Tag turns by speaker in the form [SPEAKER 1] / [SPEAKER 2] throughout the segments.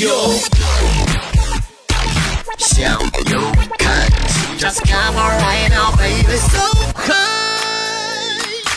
[SPEAKER 1] 呦！向右看，Just come on right now, baby, so high。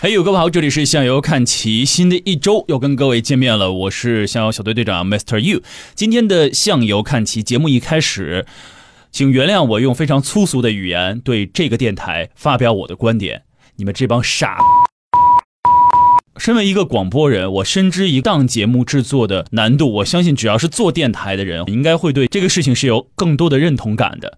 [SPEAKER 2] 嘿呦，各位好，这里是向游看齐，新的一周又跟各位见面了，我是向游小队队长 Mr. You。今天的向游看齐节目一开始，请原谅我用非常粗俗的语言对这个电台发表我的观点，你们这帮傻。身为一个广播人，我深知一档节目制作的难度，我相信只要是做电台的人，应该会对这个事情是有更多的认同感的。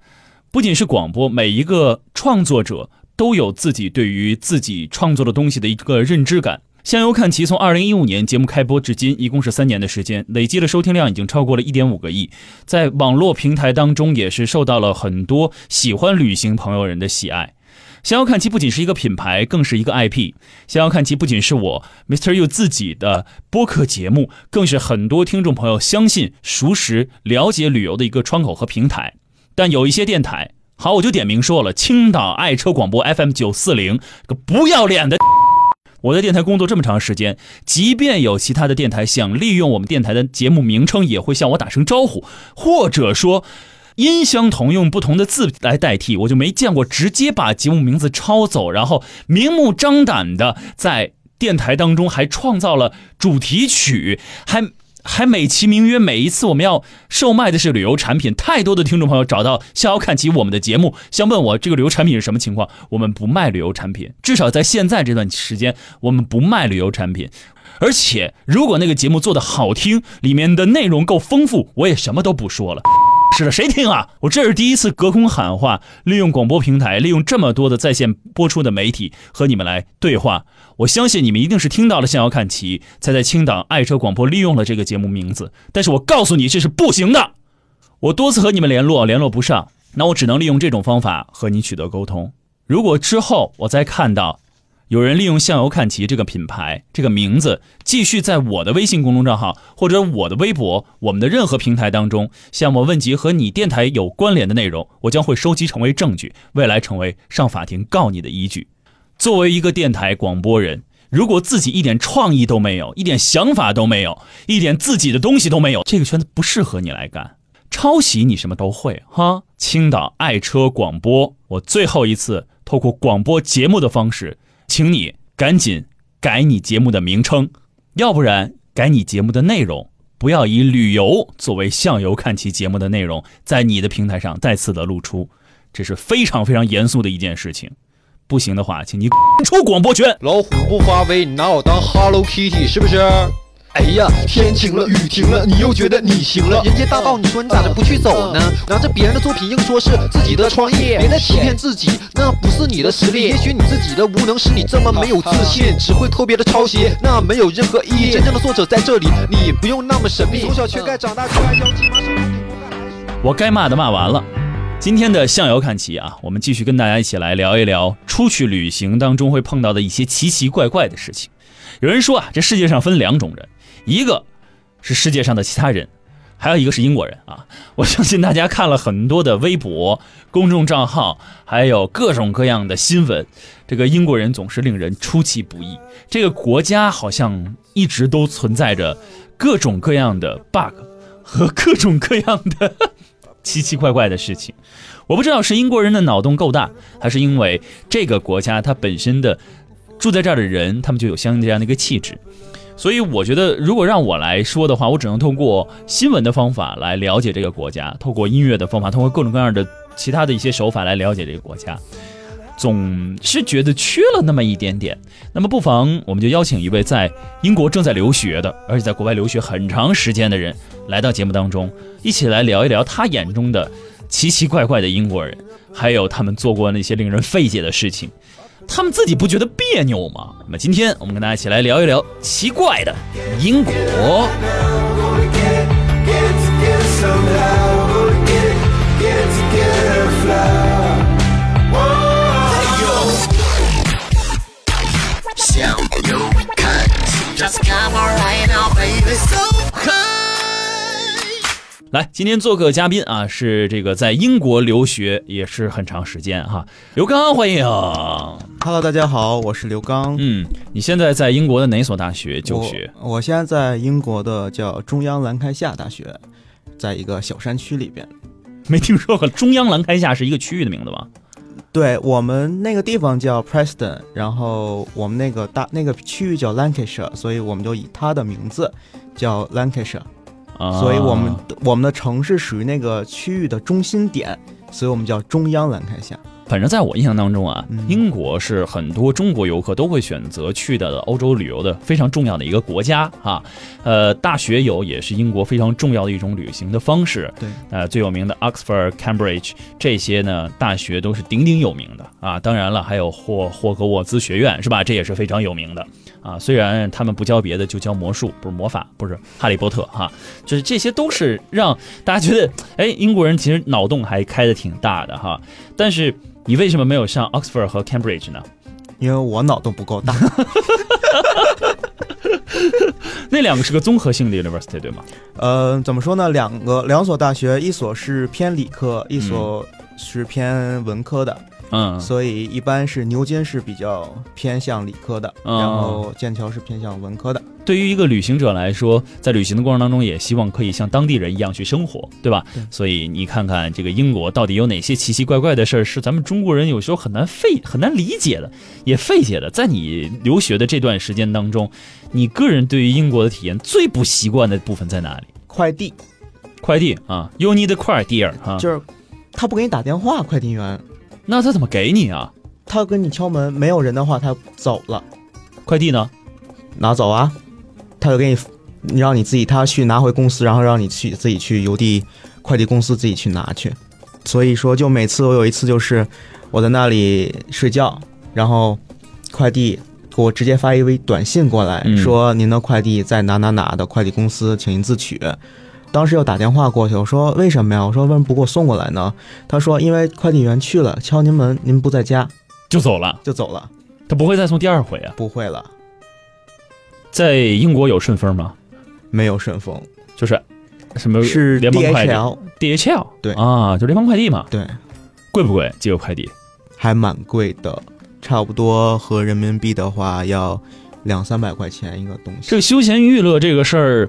[SPEAKER 2] 不仅是广播，每一个创作者都有自己对于自己创作的东西的一个认知感。向游看齐从二零一五年节目开播至今，一共是三年的时间，累计的收听量已经超过了一点五个亿，在网络平台当中也是受到了很多喜欢旅行朋友人的喜爱。逍遥看齐不仅是一个品牌，更是一个 IP。逍遥看齐不仅是我 Mr. You 自己的播客节目，更是很多听众朋友相信、熟识、了解旅游的一个窗口和平台。但有一些电台，好，我就点名说了，青岛爱车广播 FM 九四零，个不要脸的。我在电台工作这么长时间，即便有其他的电台想利用我们电台的节目名称，也会向我打声招呼，或者说音相同用不同的字来代替，我就没见过直接把节目名字抄走，然后明目张胆的在电台当中还创造了主题曲，还。还美其名曰每一次我们要售卖的是旅游产品，太多的听众朋友找到逍遥看齐我们的节目，想问我这个旅游产品是什么情况？我们不卖旅游产品，至少在现在这段时间，我们不卖旅游产品。而且如果那个节目做的好听，里面的内容够丰富，我也什么都不说了。是的，谁听啊？我这是第一次隔空喊话，利用广播平台，利用这么多的在线播出的媒体和你们来对话。我相信你们一定是听到了向遥看齐，才在青岛爱车广播利用了这个节目名字。但是我告诉你，这是不行的。我多次和你们联络，联络不上，那我只能利用这种方法和你取得沟通。如果之后我再看到有人利用向游看齐这个品牌、这个名字，继续在我的微信公众账号或者我的微博、我们的任何平台当中向我问及和你电台有关联的内容，我将会收集成为证据，未来成为上法庭告你的依据。作为一个电台广播人，如果自己一点创意都没有，一点想法都没有，一点自己的东西都没有，这个圈子不适合你来干。抄袭你什么都会哈。青岛爱车广播，我最后一次透过广播节目的方式，请你赶紧改你节目的名称，要不然改你节目的内容，不要以旅游作为向游看齐节目的内容，在你的平台上再次的露出，这是非常非常严肃的一件事情。不行的话，请你出广播圈。
[SPEAKER 3] 老虎不发威，你拿我当 Hello Kitty 是不是？
[SPEAKER 4] 哎呀，天晴了，雨停了，你又觉得你行了。
[SPEAKER 3] 人间大道，你说你咋的不去走呢？拿着别人的作品硬说是自己的创意，别再欺骗自己，那不是你的实力。也许你自己的无能使你这么没有自信，只会偷别的抄袭，那没有任何意义。真正的作者在这里，你不用那么神秘。从小缺钙，长大缺爱，腰肌马上就骨感。
[SPEAKER 2] 我该骂的骂完了。今天的向遥看齐啊，我们继续跟大家一起来聊一聊出去旅行当中会碰到的一些奇奇怪怪的事情。有人说啊，这世界上分两种人，一个是世界上的其他人，还有一个是英国人啊。 我相信大家看了很多的微博、公众账号，还有各种各样的新闻，这个英国人总是令人出其不意。这个国家好像一直都存在着各种各样的 bug 和各种各样的奇奇怪怪的事情。我不知道是英国人的脑洞够大，还是因为这个国家它本身的住在这儿的人，他们就有相应这样的一个气质。所以我觉得，如果让我来说的话，我只能通过新闻的方法来了解这个国家，透过音乐的方法，通过各种各样的其他的一些手法来了解这个国家。总是觉得缺了那么一点点，那么不妨我们就邀请一位在英国正在留学的，而且在国外留学很长时间的人来到节目当中，一起来聊一聊他眼中的奇奇怪怪的英国人，还有他们做过那些令人费解的事情，他们自己不觉得别扭吗？那么今天我们跟大家一起来聊一聊奇怪的英国。
[SPEAKER 1] 向右看，Just come on right now, baby, so high。
[SPEAKER 2] 来，今天做客嘉宾啊，是这个在英国留学也是很长时间哈、刘刚欢迎。
[SPEAKER 5] Hello，大家好，我是刘刚。
[SPEAKER 2] 嗯，你现在在英国的哪所大学就学？
[SPEAKER 5] 我，我现在在英国的叫中央兰开夏大学，在一个小山区里边。
[SPEAKER 2] 没听说过中央兰开夏是一个区域的名字吧？
[SPEAKER 5] 对我们那个地方叫 Preston，然后我们那个大那个区域叫 Lancashire，所以我们就以它的名字叫 Lancashire。
[SPEAKER 2] 啊，
[SPEAKER 5] 所以我们我们的城市属于那个区域的中心点，所以我们叫中央兰开夏。
[SPEAKER 2] 反正在我印象当中啊
[SPEAKER 5] 嗯，
[SPEAKER 2] 英国是很多中国游客都会选择去的呃欧洲旅游的非常重要的一个国家啊。呃，大学游也是英国非常重要的一种旅行的方式。
[SPEAKER 5] 对，
[SPEAKER 2] 呃，最有名的 Oxford、Cambridge 这些呢大学都是鼎鼎有名的啊。当然了，还有霍霍格沃兹学院是吧？这也是非常有名的啊。虽然他们不教别的，就教魔术，不是魔法，不是哈利波特哈、就是这些都是让大家觉得，哎，英国人其实脑洞还开的挺大的哈。但是你为什么没有上 Oxford 和 Cambridge 呢？
[SPEAKER 5] 因为我脑洞不够大，
[SPEAKER 2] 那两个是个综合性的 university 对吗？
[SPEAKER 5] 呃，怎么说呢？两个两所大学，一所是偏理科，一所是偏文科的，
[SPEAKER 2] 嗯，
[SPEAKER 5] 所以一般是牛津是比较偏向理科的，
[SPEAKER 2] 哦
[SPEAKER 5] 然后剑桥是偏向文科的。
[SPEAKER 2] 对于一个旅行者来说，在旅行的过程当中，也希望可以像当地人一样去生活，对吧？
[SPEAKER 5] 对
[SPEAKER 2] 所以你看看这个英国到底有哪些奇奇怪怪的事儿，是咱们中国人有时候很难费、很难理解的，也费解的。在你留学的这段时间当中，你个人对于英国的体验最不习惯的部分在哪里？
[SPEAKER 5] 快递
[SPEAKER 2] 快递啊，You need a car, dear 啊，
[SPEAKER 5] 就是他不给你打电话，快递员
[SPEAKER 2] 那他怎么给你啊？
[SPEAKER 5] 他跟你敲门，没有人的话他走了，
[SPEAKER 2] 快递呢？
[SPEAKER 5] 拿走啊，他就给你。你让你自己他去拿回公司，然后让你去自己去邮递快递公司自己去拿去。所以说，就每次我有一次就是我在那里睡觉，然后快递给我直接发一微短信过来，
[SPEAKER 2] 嗯
[SPEAKER 5] 说您的快递在哪哪哪的快递公司，请您自取。当时又打电话过去，我说为什么呀？我说为什么不给我送过来呢？他说因为快递员去了，敲您门，您不在家
[SPEAKER 2] 就走了，
[SPEAKER 5] 就走了，
[SPEAKER 2] 他不会再送第二回啊。
[SPEAKER 5] 不会了，
[SPEAKER 2] 在英国有顺丰吗？
[SPEAKER 5] 没有顺丰，
[SPEAKER 2] 就是什么
[SPEAKER 5] 是
[SPEAKER 2] 呃联邦快递
[SPEAKER 5] DHL，
[SPEAKER 2] DHL
[SPEAKER 5] 对
[SPEAKER 2] 啊，就联邦快递嘛，
[SPEAKER 5] 对。
[SPEAKER 2] 贵不贵？寄个快递
[SPEAKER 5] 还蛮贵的，差不多合人民币的话要两三百块钱一个东
[SPEAKER 2] 这
[SPEAKER 5] 西。
[SPEAKER 2] 个休闲娱乐这个事儿，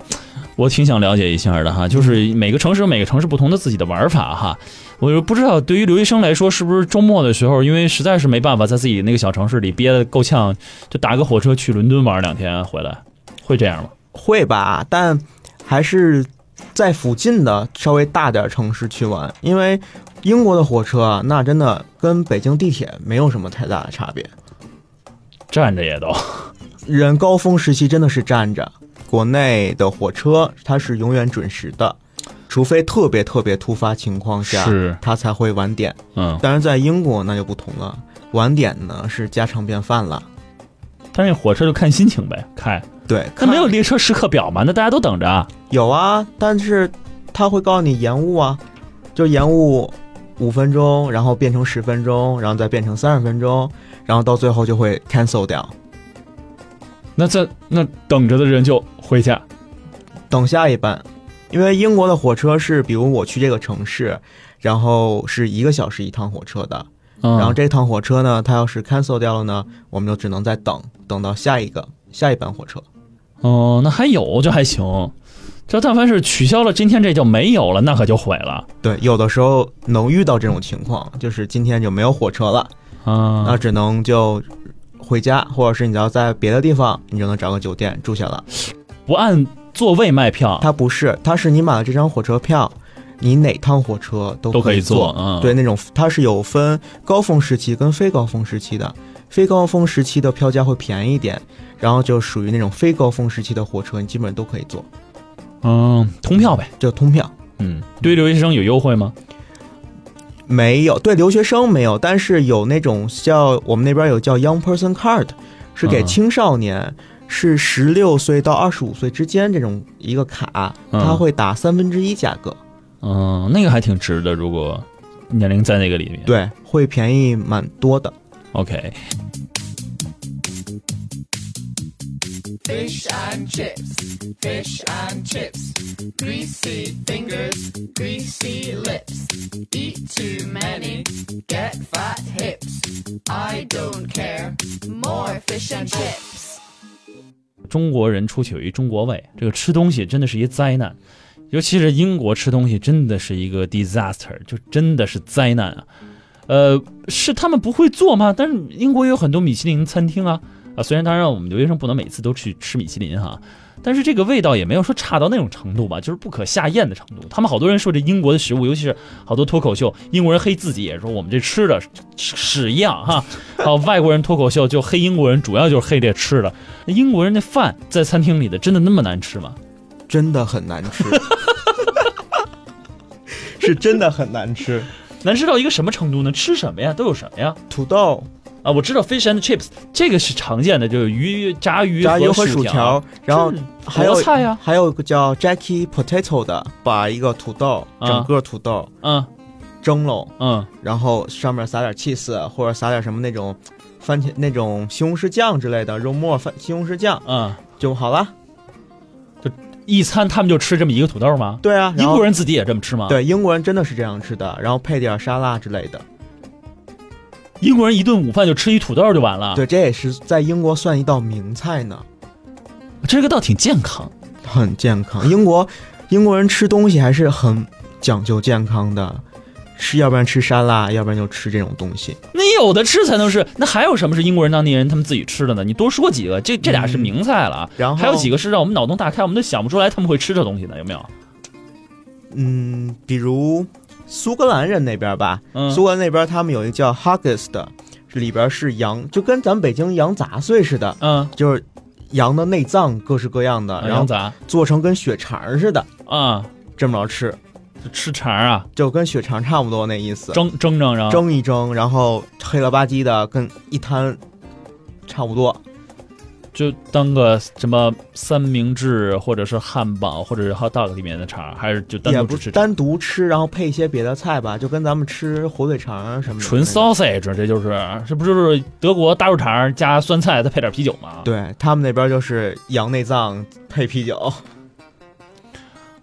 [SPEAKER 2] 我挺想了解一下的哈。就是每个城市有每个城市不同的自己的玩法哈。我就不知道对于留学生来说，是不是周末的时候，因为实在是没办法在自己那个小城市里憋得够呛，就打个火车去伦敦玩两天回来，会这样吗？
[SPEAKER 5] 会吧，但还是在附近的稍微大点儿城市去玩，因为英国的火车啊，那真的跟北京地铁没有什么太大的差别。
[SPEAKER 2] 站着也都
[SPEAKER 5] 人高峰时期真的是站着，国内的火车它是永远准时的，除非特别特别突发情况下，
[SPEAKER 2] 是
[SPEAKER 5] 它才会晚点。
[SPEAKER 2] 嗯，
[SPEAKER 5] 当然，在英国那就不同了，晚点呢是家常便饭了。
[SPEAKER 2] 但是火车就看心情呗，开。
[SPEAKER 5] 对，
[SPEAKER 2] 那
[SPEAKER 5] 看
[SPEAKER 2] 没有列车时刻表吗？那大家都等着啊。
[SPEAKER 5] 有啊，但是他会告诉你延误啊，就延误五分钟，然后变成十分钟，然后再变成三十分钟，然后到最后就会 cancel 掉，
[SPEAKER 2] 那在那等着的人就回家。
[SPEAKER 5] 等下一班。因为英国的火车是，比如我去这个城市，然后是一个小时一趟火车的，
[SPEAKER 2] 嗯
[SPEAKER 5] 然后这趟火车呢，它要是 cancel 掉了呢，我们就只能再等，等到下一个下一班火车。
[SPEAKER 2] 哦，那还有就还行。这但凡是取消了，今天这就没有了，那可就毁了
[SPEAKER 5] 对，有的时候能遇到这种情况，就是今天就没有火车了，那
[SPEAKER 2] 啊！
[SPEAKER 5] 只能就回家，或者是你要在别的地方，你就能找个酒店住下了。
[SPEAKER 2] 不按座位卖票，
[SPEAKER 5] 它不是，它是你买了这张火车票，你哪趟火车都
[SPEAKER 2] 都可以坐
[SPEAKER 5] 坐。
[SPEAKER 2] 啊。嗯
[SPEAKER 5] 对，，那种它是有分高峰时期跟非高峰时期的，非高峰时期的票价会便宜一点，然后就属于那种非高峰时期的火车，你基本都可以坐，
[SPEAKER 2] 嗯，通票呗。
[SPEAKER 5] 就通票。
[SPEAKER 2] 嗯，对于留学生有优惠吗？
[SPEAKER 5] 没有，对留学生没有，但是有那种叫我们那边有叫 Young Person Card，是给
[SPEAKER 2] 嗯
[SPEAKER 5] 青少年，是十六岁到二十五岁之间这种一个卡，
[SPEAKER 2] 嗯
[SPEAKER 5] 它会打三分之一价格，
[SPEAKER 2] 嗯，那个还挺值的，如果年龄在那个里面。
[SPEAKER 5] 对，会便宜蛮多的。
[SPEAKER 2] ，OK。
[SPEAKER 1] Fish and chips, fish and chips. Greasy fingers, greasy lips. Eat too many, get fat hips. I don't care. More fish and chips.
[SPEAKER 2] 中国人出去有一中国胃，这个吃东西真的是一灾难。尤其是英国吃东西真的是一个 disaster，就真的是灾难啊。呃，是他们不会做吗？但是英国也有很多米其林餐厅啊啊，虽然当然我们留学生不能每次都去吃米其林哈、但是这个味道也没有说差到那种程度吧，就是不可下咽的程度。他们好多人说这英国的食物，尤其是好多脱口秀，英国人黑自己也说我们这吃的屎一样哈。还有外国人脱口秀就黑英国人，主要就是黑这吃的。那英国人那饭在餐厅里的真的那么难吃吗？
[SPEAKER 5] 真的很难吃， 是真的很难吃。
[SPEAKER 2] 难吃到一个什么程度呢？吃什么呀？都有什么呀？
[SPEAKER 5] 土豆、
[SPEAKER 2] 啊，我知道 fish and chips 这个是常见的，就是鱼、炸鱼、
[SPEAKER 5] 炸鱼
[SPEAKER 2] 和
[SPEAKER 5] 和薯条，然后
[SPEAKER 2] 这是
[SPEAKER 5] 还有
[SPEAKER 2] 国菜呀
[SPEAKER 5] 还有一个叫 Jackie Potato 的，把一个土豆，
[SPEAKER 2] 啊
[SPEAKER 5] 整个土豆
[SPEAKER 2] 嗯
[SPEAKER 5] 蒸喽，
[SPEAKER 2] 嗯
[SPEAKER 5] 然后上面撒点 cheese 或者撒点什么那种番茄那种西红柿酱之类的肉末番西红柿酱
[SPEAKER 2] 嗯，
[SPEAKER 5] 就好了。
[SPEAKER 2] 一餐他们就吃这么一个土豆吗？
[SPEAKER 5] 对啊，
[SPEAKER 2] 英
[SPEAKER 5] 然后
[SPEAKER 2] 国人自己也这么吃吗？，
[SPEAKER 5] 对英国人真的是这样吃的，然后配点沙拉之类的。
[SPEAKER 2] 英国人一顿午饭就吃一土豆就完了。，
[SPEAKER 5] 对，这也是在英国算一道名菜呢，
[SPEAKER 2] 这个倒挺健康。
[SPEAKER 5] 很健康。英国英国人吃东西还是很讲究健康的，吃要不然吃沙拉，要不然就吃这种东西。
[SPEAKER 2] 你有的吃才能是，那还有什么是英国人当地人他们自己吃的呢？你多说几个，这这俩是名菜了啊。
[SPEAKER 5] 嗯然后
[SPEAKER 2] 还有几个是让我们脑洞大开，我们都想不出来他们会吃这东西的，有没有？
[SPEAKER 5] 嗯，比如苏格兰人那边吧，
[SPEAKER 2] 嗯
[SPEAKER 5] 苏格兰那边他们有一个叫 haggis 的，是里边是羊，就跟咱们北京羊杂碎似的，
[SPEAKER 2] 嗯，
[SPEAKER 5] 就是羊的内脏各式各样的，啊然
[SPEAKER 2] 啊羊
[SPEAKER 5] 后
[SPEAKER 2] 杂
[SPEAKER 5] 做成跟血肠似的，
[SPEAKER 2] 啊，
[SPEAKER 5] 这么着吃，
[SPEAKER 2] 就吃肠啊，
[SPEAKER 5] 就跟血肠差不多那意思，
[SPEAKER 2] 蒸啊蒸蒸蒸，
[SPEAKER 5] 蒸一蒸，然后黑了吧唧的跟一摊差不多，
[SPEAKER 2] 就当个什么三明治或者是汉堡或者是 hot dog 里面的肠，还是就单
[SPEAKER 5] 也
[SPEAKER 2] 独
[SPEAKER 5] 不
[SPEAKER 2] 只吃肠？
[SPEAKER 5] 单独吃，然后配一些别的菜吧，就跟咱们吃火腿肠啊什么的，
[SPEAKER 2] 纯。sausage，这就是这不就是德国大肉肠加酸菜再配点啤酒吗？
[SPEAKER 5] 对他们那边就是羊内脏配啤酒，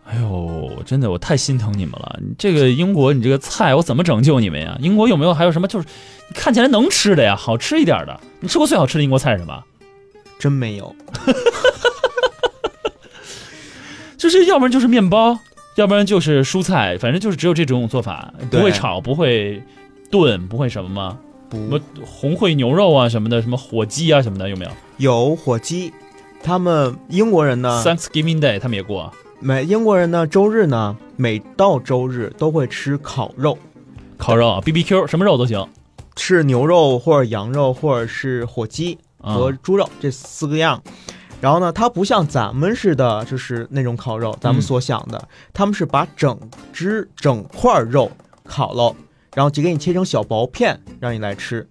[SPEAKER 2] 哎呦，真的，我太心疼你们了！你这个英国，你这个菜，我怎么拯救你们呀？英国有没有还有什么就是你看起来能吃的呀，好吃一点的？你吃过最好吃的英国菜是什么？
[SPEAKER 5] 真没有。
[SPEAKER 2] 就是要不然就是面包，要不然就是蔬菜，反正就是只有这种做法，不
[SPEAKER 5] 对
[SPEAKER 2] 会炒，不会炖，不会什么吗？什
[SPEAKER 5] 不
[SPEAKER 2] 么红烩牛肉啊什么的，什么火鸡啊什么的，有没有、
[SPEAKER 5] 有火鸡，他们英国人呢
[SPEAKER 2] t h a，n k s g i v i n g Day 他们也过
[SPEAKER 5] 每英国人呢周日呢，每到周日都会吃烤肉，
[SPEAKER 2] 烤肉啊，B B Q 什么肉都行
[SPEAKER 5] 是牛肉或者羊肉或者是火鸡
[SPEAKER 2] 啊。
[SPEAKER 5] 和猪肉、这四个样。然后呢，它不像咱们似的，就是那种烤
[SPEAKER 2] 嗯
[SPEAKER 5] 肉，咱们所想的，他们是把整只整块肉烤了，然后只给你切成小薄片，让你来吃。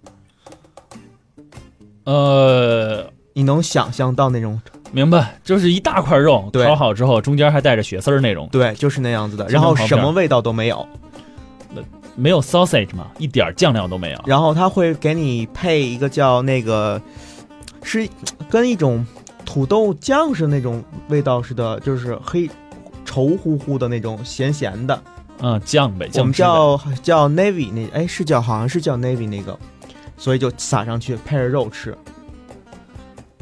[SPEAKER 2] 呃，
[SPEAKER 5] 你能想象到那种
[SPEAKER 2] 明白，就是一大块肉
[SPEAKER 5] 对
[SPEAKER 2] 烤好之后，中间还带着血丝儿那种，
[SPEAKER 5] 对，就是那样子的，
[SPEAKER 2] 切成
[SPEAKER 5] 然后
[SPEAKER 2] 薄片
[SPEAKER 5] 什么味道都没有。
[SPEAKER 2] 没有 sausage 嘛，一点酱料都没有。
[SPEAKER 5] 然后他会给你配一个叫那个，是跟一种土豆酱是那种味道似的，就是黑稠乎乎的那种咸咸的，
[SPEAKER 2] 嗯，酱呗，
[SPEAKER 5] 我
[SPEAKER 2] 酱
[SPEAKER 5] 们
[SPEAKER 2] 汁呗。
[SPEAKER 5] 叫叫 navy 那哎是叫好像是叫 navy 那个，所以就撒上去配着肉吃，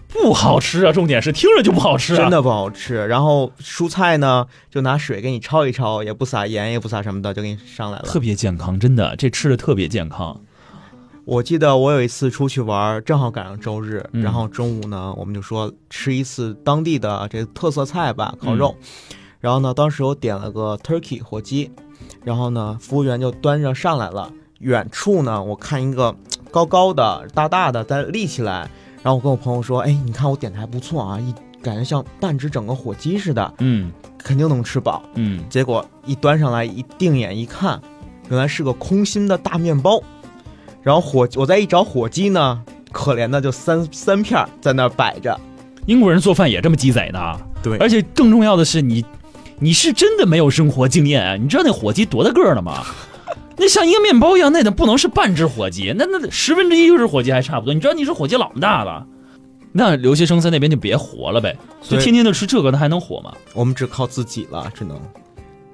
[SPEAKER 2] 不好吃啊，重点是听着就不好吃啊。
[SPEAKER 5] 真的不好吃。然后蔬菜呢就拿水给你焯一焯，也不撒盐也不撒什么的，就给你上来了。
[SPEAKER 2] 特别健康，真的，这吃的特别健康。
[SPEAKER 5] 我记得我有一次出去玩儿，正好赶上周日，
[SPEAKER 2] 嗯
[SPEAKER 5] 然后中午呢，我们就说吃一次当地的这特色菜吧，烤肉。然后呢，当时我点了个 turkey 火鸡，然后呢，服务员就端着上来了。远处呢，我看一个高高的、大大的在立起来，然后我跟我朋友说：“哎，你看我点的还不错啊，一感觉像半只整个火鸡似的，
[SPEAKER 2] 嗯
[SPEAKER 5] 肯定能吃饱。”
[SPEAKER 2] 嗯，
[SPEAKER 5] 结果一端上来，一定眼一看，原来是个空心的大面包。然后火，我再一找火鸡呢，可怜的就三三片儿在那儿摆着。
[SPEAKER 2] 英国人做饭也这么鸡贼的。
[SPEAKER 5] 对
[SPEAKER 2] 而且更重要的是你，你是真的没有生活经验啊！你知道那火鸡多大个儿呢 吗？那像一个面包一样，那得不能是半只火鸡，那那十分之一只火鸡还差不多。你知道那只火鸡老么大了，那留学生在那边就别活了呗，就
[SPEAKER 5] 对
[SPEAKER 2] 天天就吃这个，那还能活吗？
[SPEAKER 5] 我们只靠自己了，只能。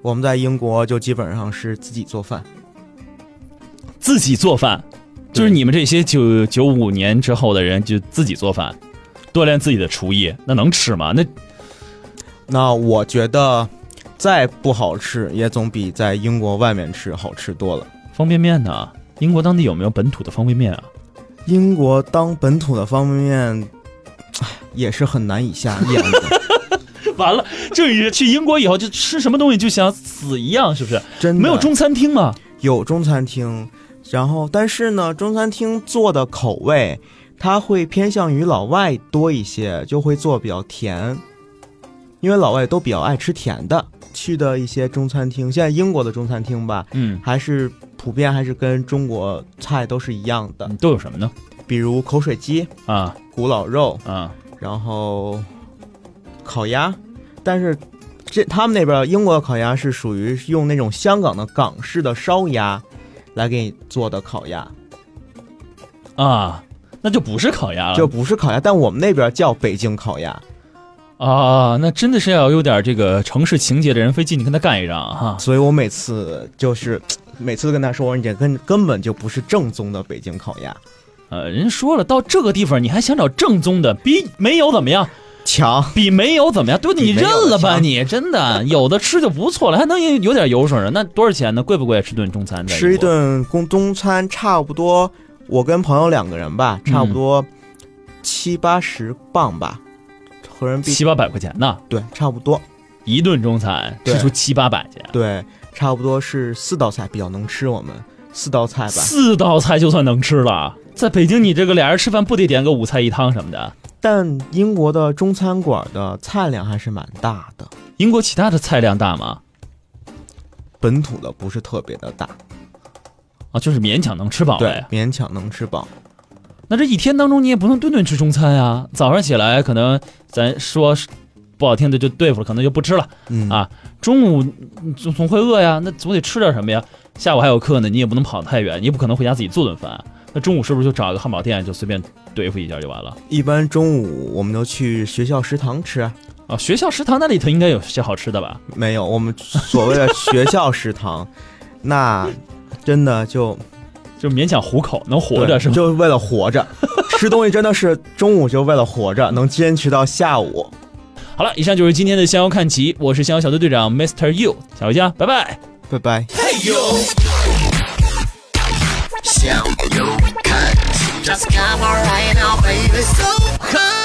[SPEAKER 5] 我们在英国就基本上是自己做饭，
[SPEAKER 2] 自己做饭，就是
[SPEAKER 5] 对
[SPEAKER 2] 你们这些九九五年之后的人就自己做饭，锻炼自己的厨艺，那能吃吗？那
[SPEAKER 5] 那我觉得再不好吃也总比在英国外面吃好吃多了。
[SPEAKER 2] 方便面呢？英国当地有没有本土的方便面啊？
[SPEAKER 5] 英国当本土的方便面，唉也是很难以下咽 的，
[SPEAKER 2] 完了，郑宇去英国以后就吃什么东西就想死一样，是不是？
[SPEAKER 5] 真的
[SPEAKER 2] 没有中餐厅吗？
[SPEAKER 5] 有中餐厅，然后但是呢，中餐厅做的口味，它会偏向于老外多一些，就会做比较甜，因为老外都比较爱吃甜的。去的一些中餐厅，现在英国的中餐厅吧，
[SPEAKER 2] 嗯，
[SPEAKER 5] 还是普遍还是跟中国菜都是一样的，
[SPEAKER 2] 嗯都有什么呢？
[SPEAKER 5] 比如口水鸡、
[SPEAKER 2] 啊
[SPEAKER 5] 古老肉，
[SPEAKER 2] 啊，
[SPEAKER 5] 然后烤鸭，但是。这他们那边英国的烤鸭是属于用那种香港的港式的烧鸭来给你做的烤鸭，
[SPEAKER 2] 啊，那就不是烤鸭了，
[SPEAKER 5] 就不是烤鸭，但我们那边叫北京烤鸭，
[SPEAKER 2] 啊，那真的是要有点这个城市情节的人，非进去跟他干一仗啊哈。
[SPEAKER 5] 所以我每次就是每次跟他说，我说你这根根本就不是正宗的北京烤鸭，
[SPEAKER 2] 呃，人说了，到这个地方你还想找正宗的，比没有怎么样？
[SPEAKER 5] 强。
[SPEAKER 2] 比没有怎么样？对，你
[SPEAKER 5] 比没
[SPEAKER 2] 认
[SPEAKER 5] 有
[SPEAKER 2] 了吧
[SPEAKER 5] 强
[SPEAKER 2] 你，真的有的吃就不错了，还能有点油水呢。那多少钱呢？贵不贵？吃顿中餐在英国？
[SPEAKER 5] 吃一顿公中餐差不多，我跟朋友两个人吧，差不多七八十磅吧，合人民币
[SPEAKER 2] 七八百块钱呢，
[SPEAKER 5] 对，差不多
[SPEAKER 2] 一顿中餐
[SPEAKER 5] 对
[SPEAKER 2] 吃出七八百去，
[SPEAKER 5] 对，差不多是四道菜比较能吃，我们四道菜吧。
[SPEAKER 2] 四道菜就算能吃了。在北京，你这个俩人吃饭不得点个五菜一汤什么的？
[SPEAKER 5] 但英国的中餐馆的菜量还是蛮大的，
[SPEAKER 2] 英国其他的菜量大吗？
[SPEAKER 5] 本土的不是特别的大，
[SPEAKER 2] 啊，就是勉强能吃饱
[SPEAKER 5] 对
[SPEAKER 2] 呗，。
[SPEAKER 5] 勉强能吃饱。
[SPEAKER 2] 那这一天当中，你也不能顿顿吃中餐啊。早上起来可能咱说不好听的就对付了，可能就不吃了。
[SPEAKER 5] 嗯
[SPEAKER 2] 啊中午嗯总总会饿呀，那总得吃点什么呀。下午还有课呢，你也不能跑太远，你也不可能回家自己做顿饭。那中午是不是就找一个汉堡店就随便对付一下就完了？
[SPEAKER 5] 一般中午我们都去学校食堂吃，
[SPEAKER 2] 啊，学校食堂那里头应该有些好吃的吧？
[SPEAKER 5] 没有，我们所谓的学校食堂，那真的就
[SPEAKER 2] 就勉强糊口，能活着
[SPEAKER 5] 对
[SPEAKER 2] 是吧？
[SPEAKER 5] 就是为了活着， 吃东西真的是中午就为了活着，能坚持到下午。
[SPEAKER 2] 好了，以上就是今天的逍遥看齐，我是逍遥小队队长 Mr. You，小回家，拜拜。
[SPEAKER 5] 拜拜。
[SPEAKER 1] Just come on right now, baby. So come.